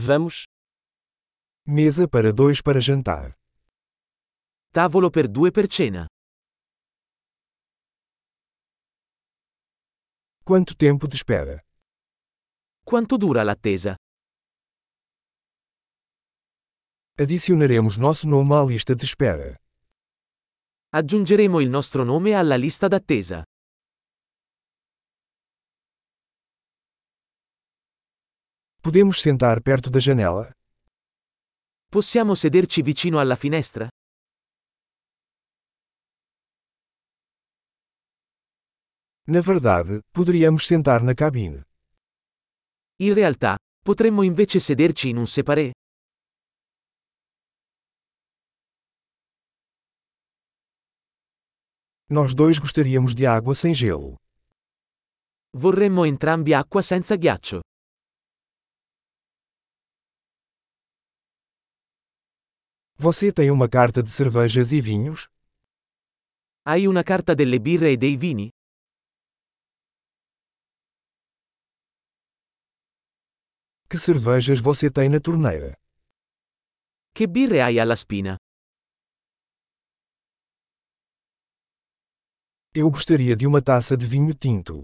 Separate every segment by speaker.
Speaker 1: Vamos.
Speaker 2: Mesa para dois para jantar.
Speaker 1: Tavolo per due per cena.
Speaker 2: Quanto tempo de espera?
Speaker 1: Quanto dura l'attesa?
Speaker 2: Adicionaremos nosso nome à lista de espera.
Speaker 1: Aggiungeremo il nostro nome alla lista d'attesa.
Speaker 2: Podemos sentar perto da janela?
Speaker 1: Possiamo sederci vicino alla finestra?
Speaker 2: Na verdade, poderíamos sentar na cabine.
Speaker 1: In realtà, potremmo invece sederci in un separé.
Speaker 2: Nós dois gostaríamos de água sem gelo.
Speaker 1: Vorremmo entrambi acqua senza ghiaccio.
Speaker 2: Você tem uma carta de cervejas e vinhos?
Speaker 1: Hai una carta delle birre e dei vini?
Speaker 2: Que cervejas você tem na torneira?
Speaker 1: Che birre hai alla spina?
Speaker 2: Eu gostaria de uma taça de vinho tinto.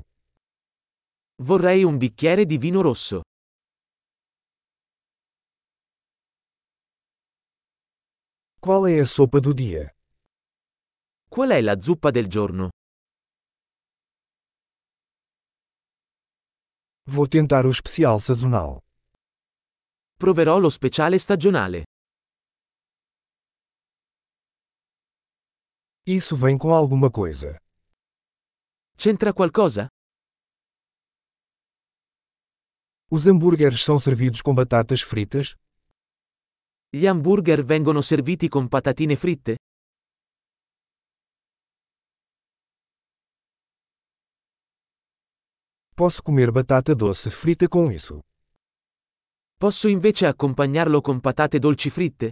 Speaker 1: Vorrei un bicchiere di vino rosso.
Speaker 2: Qual é a sopa do dia?
Speaker 1: Qual è la zuppa del giorno?
Speaker 2: Vou tentar o especial sazonal.
Speaker 1: Proverò lo speciale stagionale.
Speaker 2: Isso vem com alguma coisa.
Speaker 1: C'entra qualcosa?
Speaker 2: Os hambúrgueres são servidos com batatas fritas?
Speaker 1: Gli hamburger vengono serviti con patatine fritte?
Speaker 2: Posso comer batata doce frita com isso?
Speaker 1: Posso invece accompagnarlo con patate dolci fritte?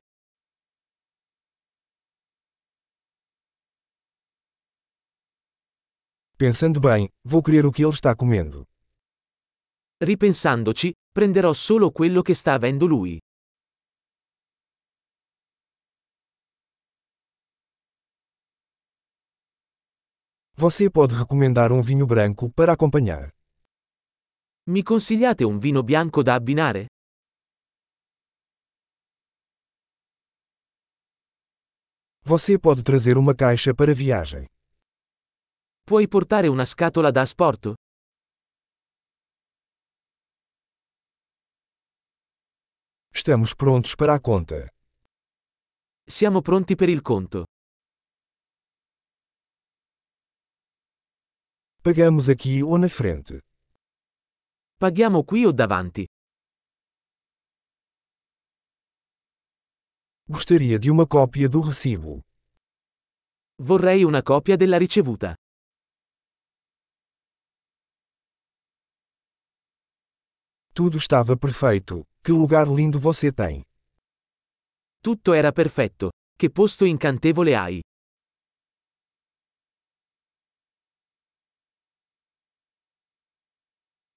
Speaker 2: Pensando bem, vou querer o que ele está comendo.
Speaker 1: Ripensandoci, prenderò solo quello che sta avendo lui.
Speaker 2: Você pode recomendar um vinho branco para acompanhar.
Speaker 1: Mi consigliate un vino bianco da abbinare?
Speaker 2: Você pode trazer uma caixa para viagem.
Speaker 1: Puoi portare una scatola da asporto?
Speaker 2: Estamos prontos para a conta.
Speaker 1: Siamo pronti per il conto.
Speaker 2: Pagamos aqui ou na frente.
Speaker 1: Paghiamo qui o davanti.
Speaker 2: Gostaria de uma cópia do recibo.
Speaker 1: Vorrei una copia della ricevuta.
Speaker 2: Tudo estava perfeito. Que lugar lindo você tem!
Speaker 1: Tutto era perfetto. Che posto incantevole hai!